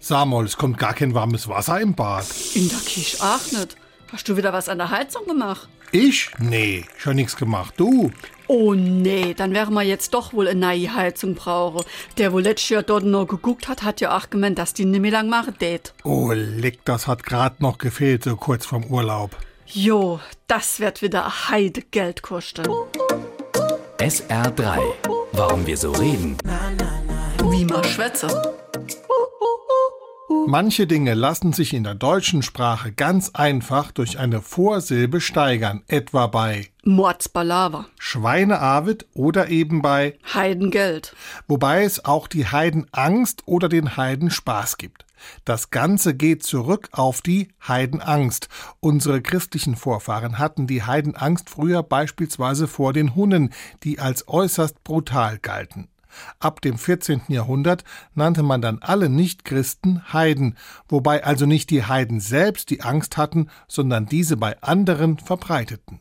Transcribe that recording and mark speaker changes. Speaker 1: Sag mal, es kommt gar kein warmes Wasser im Bad.
Speaker 2: In der Kirche auch nicht. Hast du wieder was an der Heizung gemacht?
Speaker 1: Ich? Nee, schon nichts gemacht. Du?
Speaker 2: Oh nee, dann wäre man jetzt doch wohl eine neue Heizung brauche. Der, wo letztes Jahr dort noch geguckt hat, hat ja auch gemeint, dass die nicht mehr lang machen tät.
Speaker 1: Oh, leck, das hat grad noch gefehlt, so kurz vorm Urlaub.
Speaker 2: Jo, das wird wieder ein Heide Geld kosten.
Speaker 3: SR3. Warum wir so reden.
Speaker 2: Wie man schwätze.
Speaker 1: Manche Dinge lassen sich in der deutschen Sprache ganz einfach durch eine Vorsilbe steigern, etwa bei
Speaker 2: Mordsbalava.
Speaker 1: Schweineavid oder eben bei,
Speaker 2: Heidengeld.
Speaker 1: wobei es auch die Heidenangst oder den Heidenspaß gibt. Das Ganze geht zurück auf die Heidenangst. Unsere christlichen Vorfahren hatten die Heidenangst früher beispielsweise vor den Hunnen, die als äußerst brutal galten. Ab dem 14. Jahrhundert nannte man dann alle Nichtchristen Heiden, wobei also nicht die Heiden selbst die Angst hatten, sondern diese bei anderen verbreiteten.